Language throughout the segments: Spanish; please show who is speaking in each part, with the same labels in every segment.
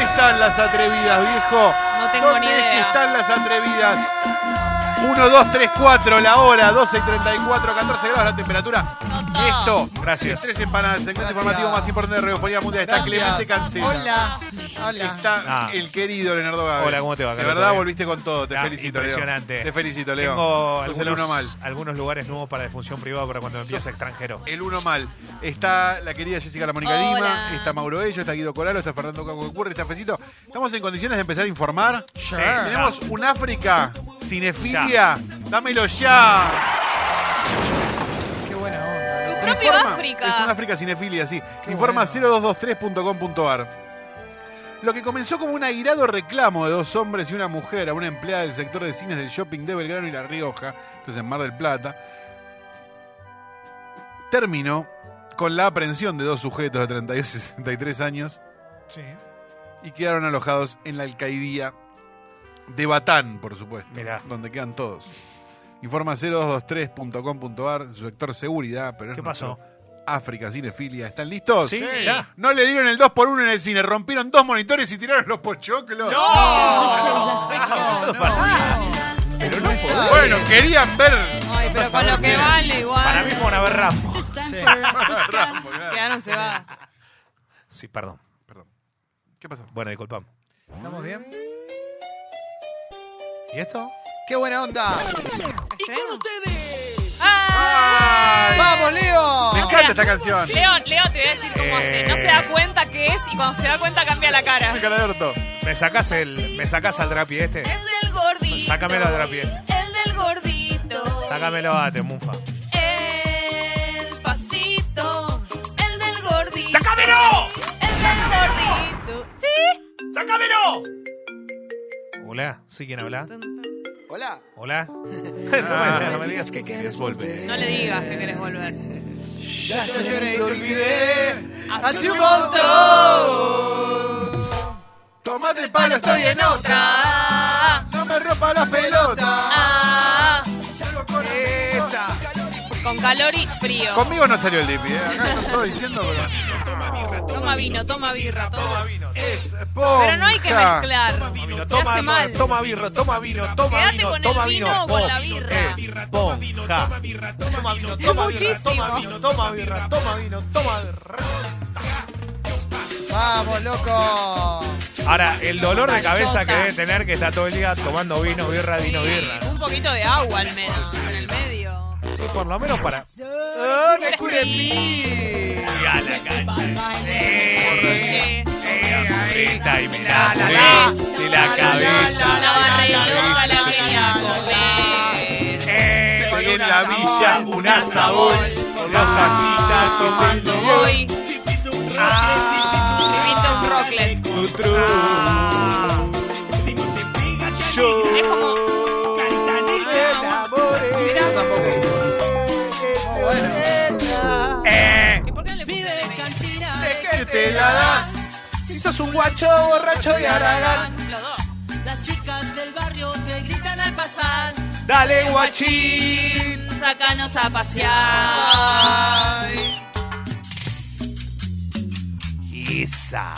Speaker 1: están las atrevidas, viejo?
Speaker 2: No tengo
Speaker 1: ¿Dónde
Speaker 2: ni
Speaker 1: es que
Speaker 2: idea.
Speaker 1: están las atrevidas? 1, 2, 3, 4, la hora, 12 y 34, 14 grados la temperatura.
Speaker 2: Toto.
Speaker 1: Esto,
Speaker 3: Gracias.
Speaker 1: tres empanadas, el canal
Speaker 4: Gracias.
Speaker 1: informativo más importante de Radiofonía Mundial. Está
Speaker 4: Gracias.
Speaker 1: Clemente Cancela.
Speaker 4: Hola. Hola.
Speaker 1: Está
Speaker 3: Ah.
Speaker 1: el querido Leonardo Gávez.
Speaker 3: Hola, ¿cómo te va,
Speaker 1: De
Speaker 3: Carlos?
Speaker 1: verdad
Speaker 3: ¿Todo bien?
Speaker 1: volviste con todo, te
Speaker 3: Ah,
Speaker 1: felicito, Leo.
Speaker 3: impresionante.
Speaker 1: Te felicito, Leo.
Speaker 3: Tengo
Speaker 1: Sos el uno mal.
Speaker 3: algunos, algunos lugares nuevos para defunción privada para cuando empiezas extranjero.
Speaker 1: El uno mal. Está la querida Jessica La Mónica Lima,
Speaker 2: Hola.
Speaker 1: está Mauro Ello, está Guido Coralo, está Fernando Caco Curre, está Fecito. Estamos en condiciones de empezar a informar.
Speaker 3: Sure.
Speaker 1: Tenemos un África, cinefilia, dámelo ya.
Speaker 4: Qué buena onda.
Speaker 2: Tu propio
Speaker 1: Informa- Es un
Speaker 2: África.
Speaker 1: África cinefilia, sí.
Speaker 4: Qué
Speaker 1: Informa
Speaker 4: bueno.
Speaker 1: 0223.com.ar. Lo que comenzó como un airado reclamo de dos hombres y una mujer a una empleada del sector de cines del shopping de Belgrano y La Rioja, entonces en Mar del Plata, terminó con la aprehensión de dos sujetos de 32 y 63 años
Speaker 4: Sí.
Speaker 1: y quedaron alojados en la alcaidía de Batán, por supuesto,
Speaker 3: Mirá.
Speaker 1: donde quedan todos. Informa 0223.com.ar, su sector seguridad, pero es
Speaker 3: ¿Qué pasó?
Speaker 1: nuestro África, cinefilia. ¿Están listos?
Speaker 3: Sí, ya.
Speaker 1: No le dieron el 2 por 1 en el cine, rompieron dos monitores y tiraron los pochoclos.
Speaker 4: No, no.
Speaker 3: Pero no podés.
Speaker 1: Bueno, querían ver.
Speaker 2: Ay, pero con lo que vale igual.
Speaker 3: Para mí fue una berramo.
Speaker 1: Rambo, claro.
Speaker 2: Quedaron se va.
Speaker 3: Sí, perdón.
Speaker 1: Perdón. ¿Qué pasó?
Speaker 3: Bueno, disculpamos.
Speaker 4: ¿Estamos bien?
Speaker 3: ¿Y esto?
Speaker 4: ¡Qué buena onda!
Speaker 2: ¡Ay!
Speaker 4: ¡Vamos, Leo!
Speaker 1: Me encanta esta canción.
Speaker 2: León, Leo, te voy a decir cómo hace. No se da cuenta qué es y cuando se da cuenta cambia la cara.
Speaker 1: Cara de orto.
Speaker 3: ¿Me sacás, el, ¿Me sacás al drapi este?
Speaker 2: Es del gordito.
Speaker 3: Sácamelo de la piel.
Speaker 2: El del gordito.
Speaker 3: Sácamelo a te, Mufa.
Speaker 2: El pasito. El del gordito.
Speaker 3: ¡Sácamelo!
Speaker 2: El del gordito. Sí.
Speaker 3: ¡Sácamelo! Hola, ¿sí quién habla?
Speaker 4: Hola.
Speaker 3: Hola. No me- no, me digas que quieres volver.
Speaker 2: No le digas que querés volver.
Speaker 4: Ya yo lloré y te olvidé.
Speaker 2: Hace un
Speaker 4: montón.
Speaker 1: Tomate palo, estoy en otra.
Speaker 3: Ah,
Speaker 2: otra.
Speaker 1: No me ropa la pelota.
Speaker 2: Ah,
Speaker 1: Esa.
Speaker 2: con calor y frío.
Speaker 1: Conmigo no salió el Dipi, ¿eh? Acá están todos diciendo. pero-
Speaker 2: Toma vino, toma birra, toma
Speaker 3: vino.
Speaker 2: Pero no hay que
Speaker 1: Esponja.
Speaker 2: mezclar.
Speaker 3: Vino,
Speaker 2: Te hace
Speaker 3: toma,
Speaker 2: mal.
Speaker 3: birra, toma birra, toma vino, toma
Speaker 2: Quédate
Speaker 3: vino,
Speaker 2: con el
Speaker 3: toma
Speaker 2: vino
Speaker 3: vino.
Speaker 2: o con la
Speaker 3: Vos
Speaker 2: birra.
Speaker 3: es Bonja. Toma vino, toma birra, toma
Speaker 2: Muchísimo.
Speaker 3: vino, toma birra, toma vino, toma birra.
Speaker 4: ¡Vamos, loco!
Speaker 3: Ahora, el dolor de cabeza que
Speaker 2: Chota.
Speaker 3: debe tener que está todo el día tomando vino, birra, vino,
Speaker 2: Sí,
Speaker 3: birra.
Speaker 2: Un poquito de agua al menos, en el medio.
Speaker 3: Sí, por lo menos para.
Speaker 2: Tres
Speaker 4: ¡Curepí!
Speaker 3: a la cancha.
Speaker 2: Sí.
Speaker 3: Pureta y me la
Speaker 2: la.
Speaker 3: puré de la cabeza.
Speaker 2: La barriga la quería comer.
Speaker 3: Eh,
Speaker 1: Con
Speaker 3: y en
Speaker 1: una
Speaker 3: la
Speaker 1: sabor,
Speaker 3: villa un asabón. Con las
Speaker 2: Ah,
Speaker 3: casitas tomando
Speaker 2: Hoy viste Ah, un rocklet.
Speaker 3: Tutru.
Speaker 2: Es como
Speaker 4: Mirá, tampoco. Muy bueno.
Speaker 2: ¿Y por qué no le puse de cantina?
Speaker 1: Que te la das.
Speaker 4: Si sos un guacho borracho y aragán.
Speaker 2: Los dos. Las chicas del barrio te gritan al pasar.
Speaker 3: Dale guachín.
Speaker 2: Sácanos a pasear.
Speaker 3: Esa.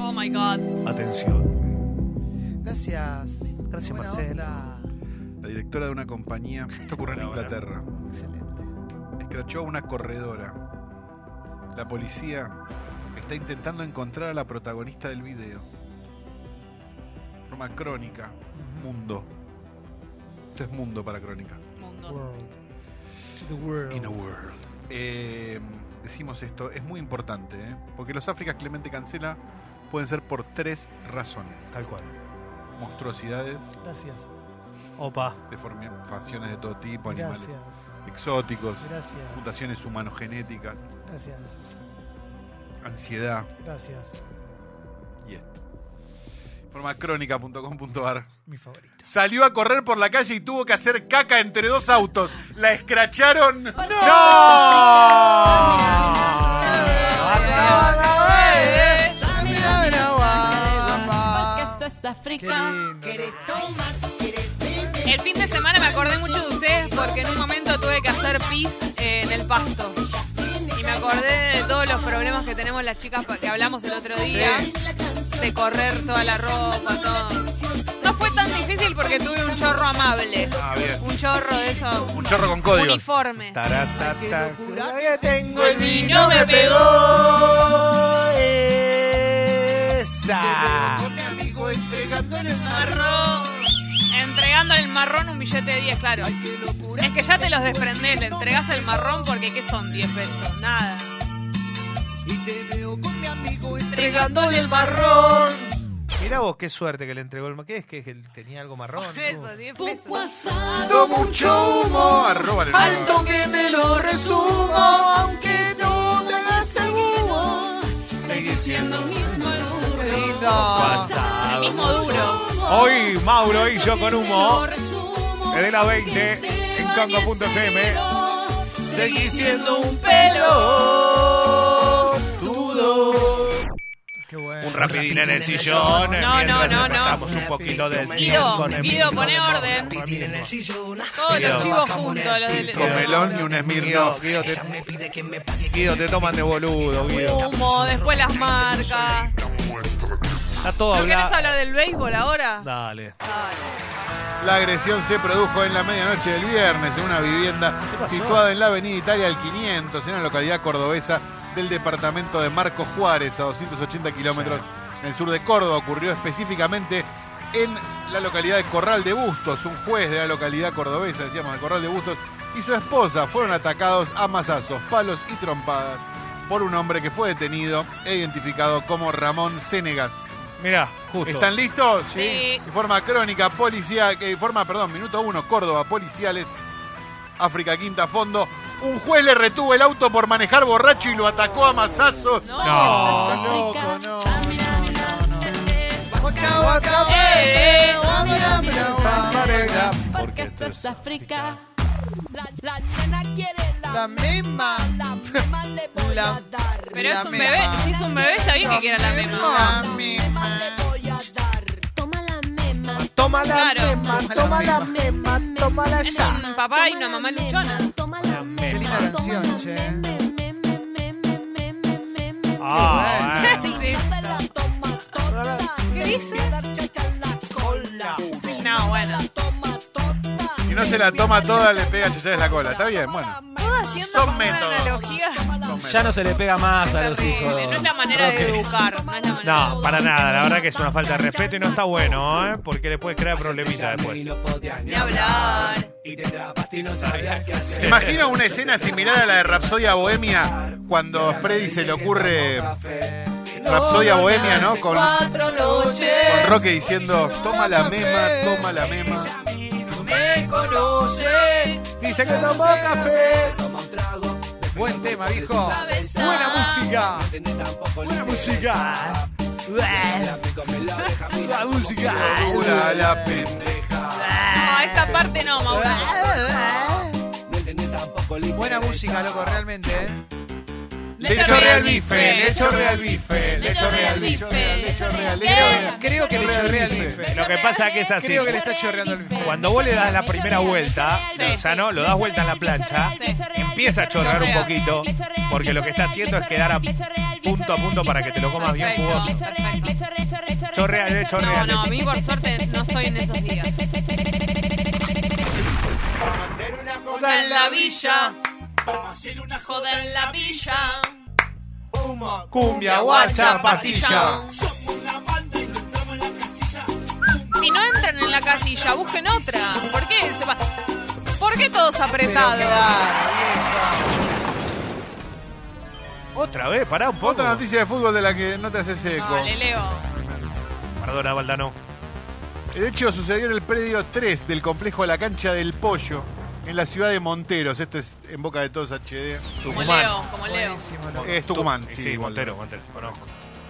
Speaker 2: Oh my god.
Speaker 3: Atención.
Speaker 4: Gracias.
Speaker 3: Gracias,
Speaker 4: Buena
Speaker 3: Marcela.
Speaker 4: onda.
Speaker 1: La directora de una compañía, esto ocurrió en
Speaker 3: Hola, hola.
Speaker 1: Inglaterra,
Speaker 4: Excelente.
Speaker 1: escrachó a una corredora. La policía está intentando encontrar a la protagonista del video. Forma crónica, mundo. Esto es mundo para crónica.
Speaker 2: Mundo.
Speaker 4: World. To the world.
Speaker 1: In a world. Eh, decimos esto, es muy importante, ¿eh? porque los Áfricas Clemente Cancela pueden ser por tres razones.
Speaker 3: Tal cual.
Speaker 1: Monstruosidades,
Speaker 4: Gracias.
Speaker 3: Opa.
Speaker 1: deformaciones de todo tipo, animales
Speaker 4: Gracias.
Speaker 1: exóticos,
Speaker 4: Gracias.
Speaker 1: mutaciones humanogenéticas,
Speaker 4: Gracias.
Speaker 1: ansiedad.
Speaker 4: Gracias.
Speaker 1: y esto. Formacrónica.com.ar
Speaker 4: Mi favorito.
Speaker 1: Salió a correr por la calle y tuvo que hacer caca entre dos autos. La escracharon. ¡No!
Speaker 3: eh.
Speaker 5: Porque esto es África.
Speaker 2: El fin de semana me acordé mucho de ustedes porque en un momento tuve que hacer pis eh, en el pasto. Y me acordé de todos los problemas que tenemos las chicas pa- que hablamos el otro día. de correr toda la ropa, todo. No fue tan difícil porque tuve un chorro amable.
Speaker 1: Ah, bien.
Speaker 2: Un chorro de esos
Speaker 5: Un chorro con código.
Speaker 2: uniformes.
Speaker 5: Taratata.
Speaker 4: que tengo
Speaker 2: El niño me pegó,
Speaker 5: Esa.
Speaker 1: amigo entregando en el
Speaker 2: Marrón. Entregando el marrón un billete de 10, claro. Es que ya te los desprendés, le entregás el marrón porque ¿qué son 10 pesos? Nada. Entregándole el marrón.
Speaker 3: Mirá vos, qué suerte que le entregó el maqués, que que tenía algo marrón.
Speaker 2: Eso, 10 pesos.
Speaker 1: mucho humo. Arroba el nuevo.
Speaker 6: que me lo resumo, aunque no te hagas el humo. Seguir siendo mismo duro.
Speaker 4: Qué lindo.
Speaker 2: El mismo duro.
Speaker 5: Hoy Mauro y yo con humo.
Speaker 6: resumo,
Speaker 5: Desde las 20 en congo.fm.
Speaker 6: Seguir siendo un
Speaker 2: Pelo.
Speaker 4: Qué bueno.
Speaker 5: Un rapidín en el sillón.
Speaker 2: No, no,
Speaker 5: mientras
Speaker 2: no, no.
Speaker 5: despertamos un poquito de
Speaker 2: Guido,
Speaker 5: con el
Speaker 2: Guido, poné
Speaker 5: mismo.
Speaker 2: orden.
Speaker 7: Tiene en el sillón.
Speaker 2: Todos
Speaker 5: Guido.
Speaker 2: los chivos juntos. Los del-
Speaker 1: Con melón y un
Speaker 5: Guido,
Speaker 1: Smirnoff.
Speaker 5: Guido,
Speaker 7: Ella
Speaker 5: te,
Speaker 7: me pide que me pague.
Speaker 5: Guido, te toman de boludo, Guido.
Speaker 2: humo, después las marcas.
Speaker 3: Está todo
Speaker 2: ¿No querés
Speaker 3: hablado.
Speaker 2: hablar del béisbol ahora?
Speaker 3: Dale.
Speaker 1: La agresión se produjo en la medianoche del viernes en una vivienda situada en la Avenida Italia al 500, en la localidad cordobesa del departamento de Marcos Juárez, a 280 kilómetros en el sur de Córdoba. Ocurrió específicamente en la localidad de Corral de Bustos. Un juez de la localidad cordobesa, decíamos, de Corral de Bustos, y su esposa fueron atacados a mazazos, palos y trompadas por un hombre que fue detenido e identificado como Ramón Senegas.
Speaker 3: Mirá, justo.
Speaker 1: ¿Están listos?
Speaker 2: Sí. Sí.
Speaker 1: Forma crónica, policía, eh, forma, perdón, minuto uno, Córdoba, policiales, África Quinta Fondo. Un juez le retuvo el auto por manejar borracho y lo atacó a mazazos.
Speaker 5: No.
Speaker 4: No, loco, no.
Speaker 2: Eh, eh.
Speaker 6: Porque esto es África.
Speaker 4: La misma. La,
Speaker 2: Pero
Speaker 4: la
Speaker 2: es un
Speaker 4: misma.
Speaker 2: bebé. Si es un bebé, está bien que quiera la mema.
Speaker 4: La misma.
Speaker 6: Toma la mema.
Speaker 3: Toma la
Speaker 2: Claro.
Speaker 3: mema, toma la mema, toma la
Speaker 6: Es
Speaker 3: ya.
Speaker 6: un papá y una mamá luchona. Toma la mema.
Speaker 4: Qué linda canción, che.
Speaker 3: Ah, eh.
Speaker 2: Sí, sí. ¿Qué dice? No, bueno.
Speaker 1: Si no se la toma toda, le pega en la cola. Está bien, bueno.
Speaker 2: Todo haciendo
Speaker 1: Son
Speaker 2: como una
Speaker 1: métodos.
Speaker 2: analogía.
Speaker 1: son
Speaker 8: Ya no se le pega más a los hijos.
Speaker 2: Terrible. No es la manera de
Speaker 8: Roque.
Speaker 2: educar. No es la manera de
Speaker 3: No, para nada, la verdad que es una falta de respeto y no está bueno, ¿eh? Porque le puedes crear problemitas después.
Speaker 2: Ni hablar.
Speaker 7: Y te trabaste y no sabías qué hacer.
Speaker 1: Imagina una escena similar a la de Rapsodia Bohemia cuando Freddy se le ocurre Rapsodia Bohemia, ¿no? Con, con
Speaker 2: Cuatro noches.
Speaker 1: Roque diciendo, toma la mema, toma la mema.
Speaker 4: Me conoce.
Speaker 3: Dice que tomó café.
Speaker 4: Buen tema, viejo. Buena música. Buena música. Buena música.
Speaker 1: Dura la pendeja.
Speaker 2: No, esta parte no, Mauro.
Speaker 4: Buena música, loco, realmente, ¿eh?
Speaker 1: Le chorrea el bife, le chorrea el bife, le chorrea el bife, le chorrea el bife.
Speaker 4: Creo que le chorrea el bife.
Speaker 3: Lo que pasa que es así.
Speaker 4: Creo que le está chorreando el bife.
Speaker 3: Cuando vos le das la primera vuelta, o sea, no, lo das vuelta en la plancha,
Speaker 2: Sí.
Speaker 3: empieza a chorrear un poquito, porque lo que está haciendo es quedar a punto a punto para que te lo comas bien eh,
Speaker 2: Perfecto.
Speaker 3: jugoso. Chorreale,
Speaker 2: No,
Speaker 3: chorreale.
Speaker 2: no, a mí por suerte no estoy en esos días. Joda en la villa. una joda en la villa.
Speaker 3: Cumbia, guacha, pastilla.
Speaker 2: Si no entran en la casilla, busquen otra. ¿Por qué? se va- ¿Por qué todos apretados?
Speaker 3: Otra vez, pará un poco.
Speaker 1: Otra noticia de fútbol de la que no te haces eco.
Speaker 2: Dale, Leo.
Speaker 3: Perdona, Valdano.
Speaker 1: El hecho sucedió en el predio 3 del complejo La Cancha del Pollo, en la ciudad de Monteros. Esto es en boca de todos HD.
Speaker 2: Como
Speaker 3: Tucumán.
Speaker 2: Leo, como Leo.
Speaker 4: Buenísimo, loco.
Speaker 1: Es Tucumán,
Speaker 3: Sí, sí, Montero, Montero, conozco.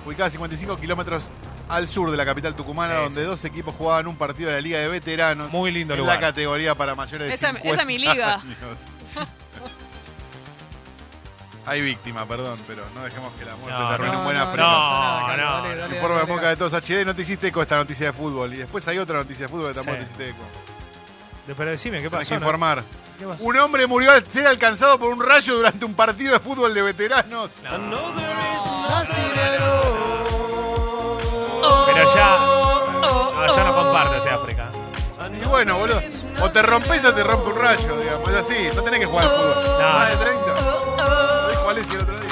Speaker 1: Ubicada a 55 kilómetros al sur de la capital tucumana,
Speaker 3: Sí,
Speaker 1: donde dos equipos jugaban un partido de la Liga de Veteranos.
Speaker 3: Muy lindo
Speaker 1: en
Speaker 3: lugar.
Speaker 1: la categoría para mayores de
Speaker 2: Esa- esa
Speaker 1: 50
Speaker 2: es mi liga.
Speaker 1: años. Hay víctima, perdón, pero no dejemos que la muerte
Speaker 3: No,
Speaker 1: te arruine
Speaker 3: no,
Speaker 1: un buen afro.
Speaker 3: no,
Speaker 4: pasa nada, dale,
Speaker 3: no,
Speaker 4: dale,
Speaker 1: Informe
Speaker 4: dale,
Speaker 1: de boca de todos HD, no te hiciste eco esta noticia de fútbol. Y después hay otra noticia de fútbol que tampoco
Speaker 3: Sí.
Speaker 1: te hiciste eco.
Speaker 3: Pero decime, ¿qué
Speaker 1: Hay que
Speaker 3: pasó? no?
Speaker 1: informar.
Speaker 4: ¿Qué pasó?
Speaker 1: Un hombre murió al ser alcanzado por un rayo durante un partido de fútbol de veteranos.
Speaker 4: Nacinero.
Speaker 3: Pero ya,
Speaker 2: Oh,
Speaker 3: no, ya no
Speaker 2: oh.
Speaker 3: comparto este África.
Speaker 1: Y bueno, boludo. O te rompes o te rompe un rayo, digamos. Es así. No tenés que jugar al fútbol.
Speaker 3: No,
Speaker 1: Más de
Speaker 3: no.
Speaker 1: 30.
Speaker 2: Oh,
Speaker 1: ¿Cuál es el otro día?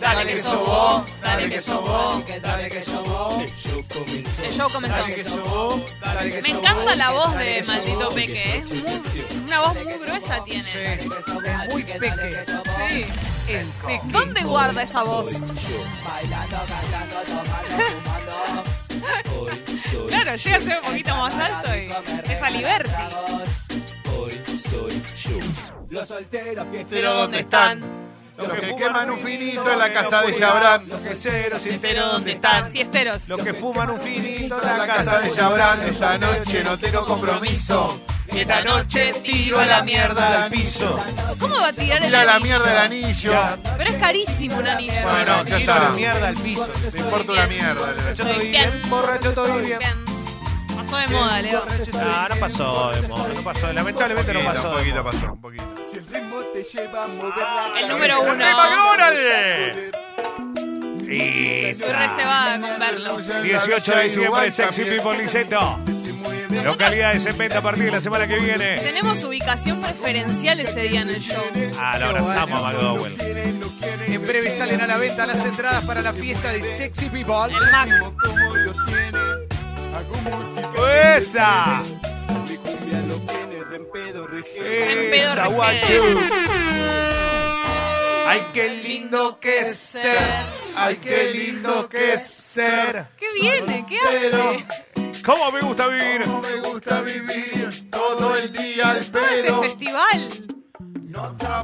Speaker 4: Dale que sobó, dale que sobó, dale que sobó,
Speaker 2: oh. El show comenzó.
Speaker 4: dale que sobó, dale que
Speaker 2: Me
Speaker 4: sobó,
Speaker 2: encanta la voz
Speaker 4: dale
Speaker 2: de
Speaker 4: que
Speaker 2: Maldito
Speaker 4: sobó.
Speaker 2: Peque, ¿eh? Muy- una voz muy gruesa
Speaker 4: Sí,
Speaker 2: tiene.
Speaker 4: es muy peque.
Speaker 2: Sí.
Speaker 4: El peque.
Speaker 2: ¿Dónde guarda esa voz? Claro, llega a ser un poquito más alto y es a Liberty.
Speaker 7: Los solteros
Speaker 2: Este
Speaker 1: Pero ¿dónde están? Los que queman un finito en la casa de Yabrán.
Speaker 5: Los queseros sin
Speaker 2: Pero
Speaker 5: entero dónde están.
Speaker 2: Siesteros.
Speaker 5: Los que fuman un finito
Speaker 1: En la casa de Yabrán. Esta noche no tengo compromiso.
Speaker 5: Esta noche tiro a la mierda al piso.
Speaker 2: ¿Cómo va a tirar el
Speaker 1: Tira la
Speaker 2: anillo?
Speaker 1: mierda el anillo.
Speaker 5: Ya.
Speaker 2: Pero es carísimo un anillo.
Speaker 1: Bueno, ya
Speaker 5: Tiro
Speaker 1: está.
Speaker 5: la mierda al piso.
Speaker 1: Te importa una mierda.
Speaker 5: Yo
Speaker 1: Leo.
Speaker 5: estoy bien, borracho, estoy bien.
Speaker 2: Ven. Pasó de moda, Leo.
Speaker 3: No, no pasó de moda, no pasó. Lamentablemente no pasó.
Speaker 1: Un
Speaker 3: de
Speaker 1: poquito
Speaker 3: moda.
Speaker 1: pasó, un poquito.
Speaker 9: Si el ritmo te lleva a mover la
Speaker 2: El número
Speaker 9: cabeza,
Speaker 2: uno.
Speaker 3: ¡Henry McDonald!
Speaker 2: Estoy recebada con verlo.
Speaker 3: 18 de diciembre, Sexy
Speaker 1: También.
Speaker 3: People Liceto.
Speaker 9: se mueve
Speaker 3: Localidad de Cepeta a partir de la semana que viene.
Speaker 2: Tenemos ubicación preferencial ese día en el show.
Speaker 3: Ah, lo abrazamos a McDowell.
Speaker 4: En breve salen a la venta las entradas para la fiesta de Sexy People.
Speaker 2: El Mac.
Speaker 9: como lo tiene. Hago música.
Speaker 3: ¡Esa!
Speaker 9: Mi cumbia lo tiene, rempedo, reje.
Speaker 2: pedo
Speaker 3: ¡Esa,
Speaker 2: rejé.
Speaker 3: guacho! ¡Ay, qué lindo que es ser!
Speaker 1: Ay, qué lindo que es ser.
Speaker 2: ¿Qué viene? ¿Qué hace?
Speaker 3: ¡Cómo me gusta vivir!
Speaker 1: No me gusta vivir todo el día al
Speaker 2: Este
Speaker 1: pedo.
Speaker 2: festival.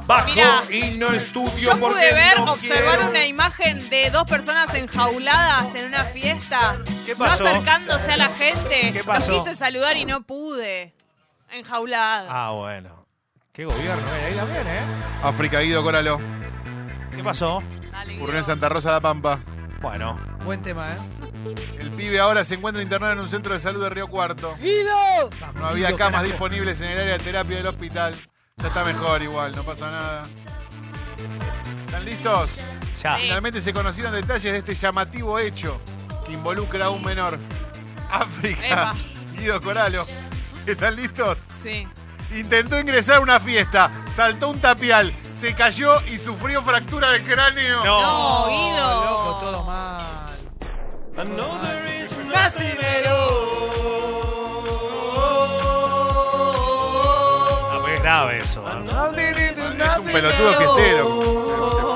Speaker 3: Bajo
Speaker 2: Mirá,
Speaker 3: y no estudio
Speaker 2: Yo
Speaker 3: porque
Speaker 2: pude ver,
Speaker 3: no
Speaker 2: observar
Speaker 3: quiero.
Speaker 2: una imagen de dos personas enjauladas en una fiesta,
Speaker 3: ¿Qué
Speaker 2: no
Speaker 3: pasó?
Speaker 2: acercándose a la gente.
Speaker 3: ¿Qué
Speaker 2: Los
Speaker 3: pasó?
Speaker 2: quise saludar y no pude. Enjaulada.
Speaker 3: Ah, bueno. Qué gobierno, eh. ahí la ven, ¿eh?
Speaker 1: África Guido Coralo.
Speaker 3: ¿Qué pasó?
Speaker 2: Dale, Guido.
Speaker 1: Ocurrió en Santa Rosa da Pampa.
Speaker 3: Bueno,
Speaker 4: Buen tema, ¿eh?
Speaker 1: El pibe ahora se encuentra internado en un centro de salud de Río Cuarto. No había camas disponibles en el área de terapia del hospital. Ya está mejor igual, no pasa nada. ¿Están listos?
Speaker 3: ya.
Speaker 2: Sí.
Speaker 1: Finalmente se conocieron detalles de este llamativo hecho que involucra a un menor. África,
Speaker 2: Epa.
Speaker 1: Guido Coralo. ¿Están listos?
Speaker 2: Sí.
Speaker 1: Intentó ingresar a una fiesta, saltó un tapial, se cayó y sufrió fractura de cráneo.
Speaker 3: No.
Speaker 2: No,
Speaker 4: Oh,
Speaker 2: Guido.
Speaker 4: loco, todo mal.
Speaker 3: No, pero es grave eso. No,
Speaker 1: Es un pelotudo fiestero. Se, se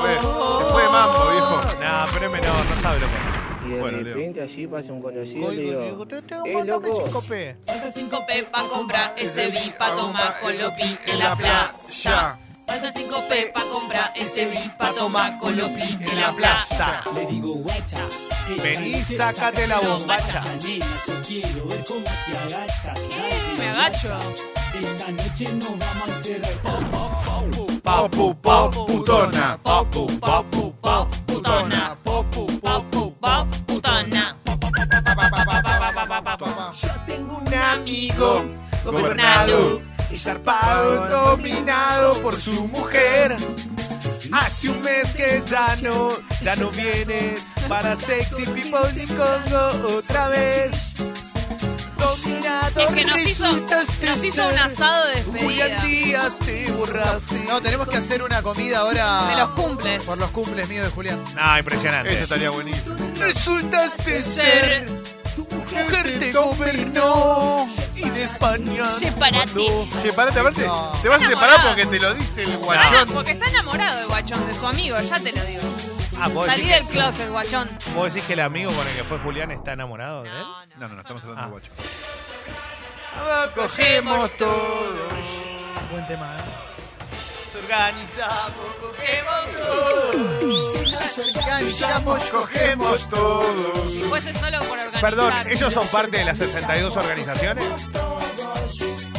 Speaker 1: fue, se fue de mambo, viejo.
Speaker 3: Nah, pero es menor, no sabe lo que hace.
Speaker 10: Y de
Speaker 1: Bueno, Leo.
Speaker 10: repente allí pasa un conocido y le digo,
Speaker 4: Mándame 5P.
Speaker 6: Falta 5 P pa' comprar ese vi pa' tomar con los pi en la
Speaker 1: playa.
Speaker 6: playa. Falta 5 P pa' comprar ese vi pa' tomar con los pi en la playa.
Speaker 7: Le digo guacha.
Speaker 3: Vení, sácate la bombacha.
Speaker 7: Nena, yo quiero ver cómo te agachas. Dale,
Speaker 2: Me agacho.
Speaker 7: Esta noche nos vamos a encerrar.
Speaker 1: Papu, papu, putona.
Speaker 4: Papu, papu, papu, putona. Papu,
Speaker 2: Papu, pap, putona.
Speaker 7: Yo tengo un
Speaker 1: amigo
Speaker 2: gobernado
Speaker 7: y zarpado
Speaker 5: dominado por su mujer. Hace un mes que ya no, ya no viene para Sexy People ni Congo otra vez. Dominado
Speaker 2: Es que nos hizo, nos hizo un asado de despedida.
Speaker 5: Julián Díaz te borraste.
Speaker 4: No, tenemos que hacer una comida
Speaker 2: De los
Speaker 4: ahora
Speaker 2: cumples.
Speaker 4: por los cumples míos de Julián.
Speaker 3: No, impresionante.
Speaker 1: Ese estaría buenísimo.
Speaker 5: Resultaste
Speaker 2: Ser.
Speaker 5: ser mujer te gobernó y de España.
Speaker 2: Separate.
Speaker 5: mandó.
Speaker 1: Che, parate, aparte,
Speaker 4: No.
Speaker 1: te vas a separar
Speaker 2: Enamorado.
Speaker 1: porque te lo dice el
Speaker 2: Ah,
Speaker 1: guachón.
Speaker 2: porque está enamorado de Guachón, de su amigo, ya te lo digo.
Speaker 3: Ah, ¿vos
Speaker 2: Salí
Speaker 3: decís,
Speaker 2: del closet, Guachón.
Speaker 3: vos decís que el amigo con el que fue Julián está enamorado de él?
Speaker 2: No, no.
Speaker 1: No, no, no, estamos hablando
Speaker 3: Ah.
Speaker 1: de guachón.
Speaker 2: Cogemos
Speaker 1: todo.
Speaker 4: Buen tema, ¿eh?
Speaker 5: Nos organizamos,
Speaker 4: Ganamos,
Speaker 1: Cogemos todo.
Speaker 2: Fuese Pues solo por organizar.
Speaker 3: Perdón, ¿ellos son parte de las 62 organizaciones?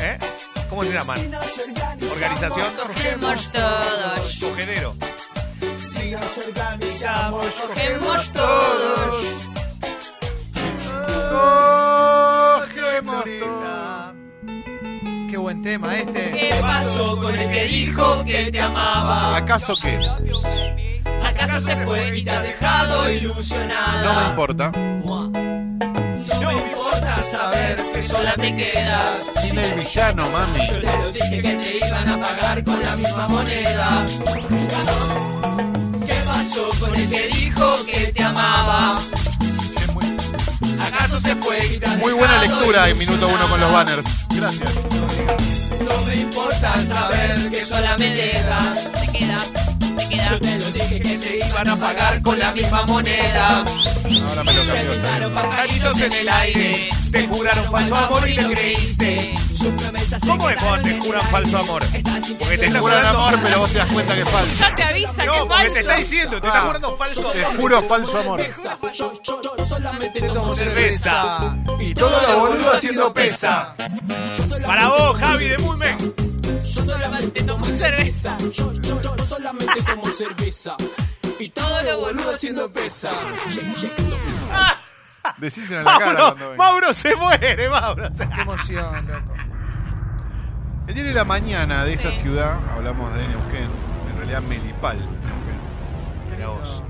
Speaker 3: ¿Eh? ¿Cómo se llaman? ¿Organización?
Speaker 2: Cogemos todos.
Speaker 3: Cogedero.
Speaker 5: si nos organizamos,
Speaker 2: Cogemos todos.
Speaker 1: Cogemos todo.
Speaker 4: Qué buen tema este.
Speaker 2: ¿Qué pasó?
Speaker 7: con el que dijo que te amaba.
Speaker 1: ¿Acaso qué?
Speaker 7: Acá acaso se fue y te ha dejado
Speaker 1: No me
Speaker 7: ilusionada.
Speaker 1: importa.
Speaker 7: No me importa saber que sola te quedas.
Speaker 1: Sin el villano, mami.
Speaker 7: Yo te lo dije que te iban a pagar con la misma moneda. ¿Qué pasó con el que dijo que te amaba? ¿Acaso se fue y te ha
Speaker 1: Muy buena
Speaker 7: dejado
Speaker 1: lectura en minuto uno con los
Speaker 7: ilusionada?
Speaker 1: banners. Gracias.
Speaker 7: No me importa saber que sola me dejas.
Speaker 2: Te queda, te
Speaker 7: Yo
Speaker 2: queda.
Speaker 7: te lo dije que te iban a pagar con la misma moneda.
Speaker 1: Ahora me lo cambió.
Speaker 3: ¿eh?
Speaker 1: está bien.
Speaker 7: Terminaron pajaritos en el aire.
Speaker 3: Te juraron falso amor y le creíste.
Speaker 7: Sus promesas se
Speaker 3: ¿Cómo es cuando te
Speaker 7: quedaron
Speaker 3: juran
Speaker 7: en el
Speaker 3: falso
Speaker 7: aire.
Speaker 3: amor?
Speaker 7: Estás
Speaker 3: Porque te
Speaker 1: Te
Speaker 3: está
Speaker 1: juran
Speaker 3: jurando
Speaker 1: amor, pero vos te das cuenta que es falso.
Speaker 2: Ya te avisa que
Speaker 3: No,
Speaker 2: es
Speaker 3: porque
Speaker 2: falso.
Speaker 3: te está diciendo, te está jurando falso
Speaker 1: Te
Speaker 3: amor.
Speaker 1: juro falso amor.
Speaker 11: Yo, yo, yo solamente
Speaker 4: Tomo
Speaker 11: tomo
Speaker 4: cerveza.
Speaker 1: Y
Speaker 4: Todo lo boludo haciendo pesa.
Speaker 3: Para vos, Javi de Mulme.
Speaker 11: Yo solamente tomo cerveza. Yo, yo, yo solamente tomo cerveza. Y todo lo boludo haciendo pesa.
Speaker 1: Decíselo en la cara cuando
Speaker 3: Mauro,
Speaker 1: venga.
Speaker 3: Mauro se muere, Mauro. se-
Speaker 4: Qué emoción, loco.
Speaker 1: El diario La Mañana de esa
Speaker 2: Sí.
Speaker 1: ciudad, hablamos de Neuquén, en realidad Melipal, Neuquén,
Speaker 3: Mirá vos.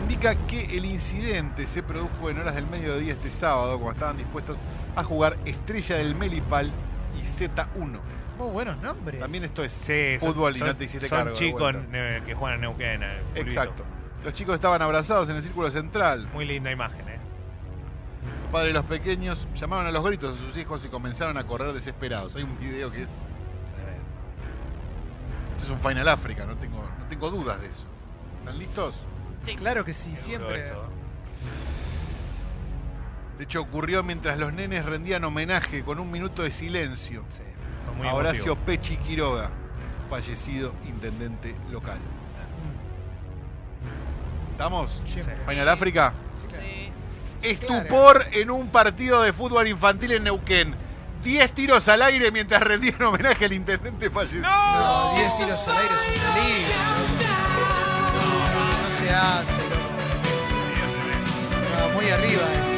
Speaker 1: indica que el incidente se produjo en horas del mediodía este sábado, cuando estaban dispuestos a jugar Estrella del Melipal y Z1.
Speaker 4: Muy buenos nombres.
Speaker 1: También esto es
Speaker 3: Sí, son-
Speaker 1: fútbol y
Speaker 3: son-
Speaker 1: no te hiciste
Speaker 3: son
Speaker 1: cargo. de
Speaker 3: chicos
Speaker 1: vuelta.
Speaker 3: eh, que juegan en Neuquén. eh, fulbito.
Speaker 1: Exacto. Los chicos estaban abrazados en el círculo central.
Speaker 3: Muy linda imagen, ¿eh?
Speaker 1: Los padres de los pequeños llamaban a los gritos a sus hijos y comenzaron a correr desesperados. Hay un video que es. Esto es un Final África, no tengo, no tengo dudas de eso. ¿Están listos?
Speaker 4: Claro que sí,
Speaker 3: Duro
Speaker 4: siempre.
Speaker 3: esto.
Speaker 1: De hecho, ocurrió mientras los nenes rendían homenaje con un minuto de silencio
Speaker 3: Sí, fue muy
Speaker 1: a
Speaker 3: emotivo.
Speaker 1: Horacio Pechi Quiroga, fallecido intendente local. ¿Estamos?
Speaker 4: Siempre.
Speaker 1: Final África.
Speaker 4: Sí, claro.
Speaker 2: Sí.
Speaker 1: Estupor en un partido de fútbol infantil en Neuquén. 10 tiros al aire mientras rendían homenaje al intendente fallecido.
Speaker 4: No, 10 tiros al aire es un peligro. No se hace, loco. No, muy arriba es.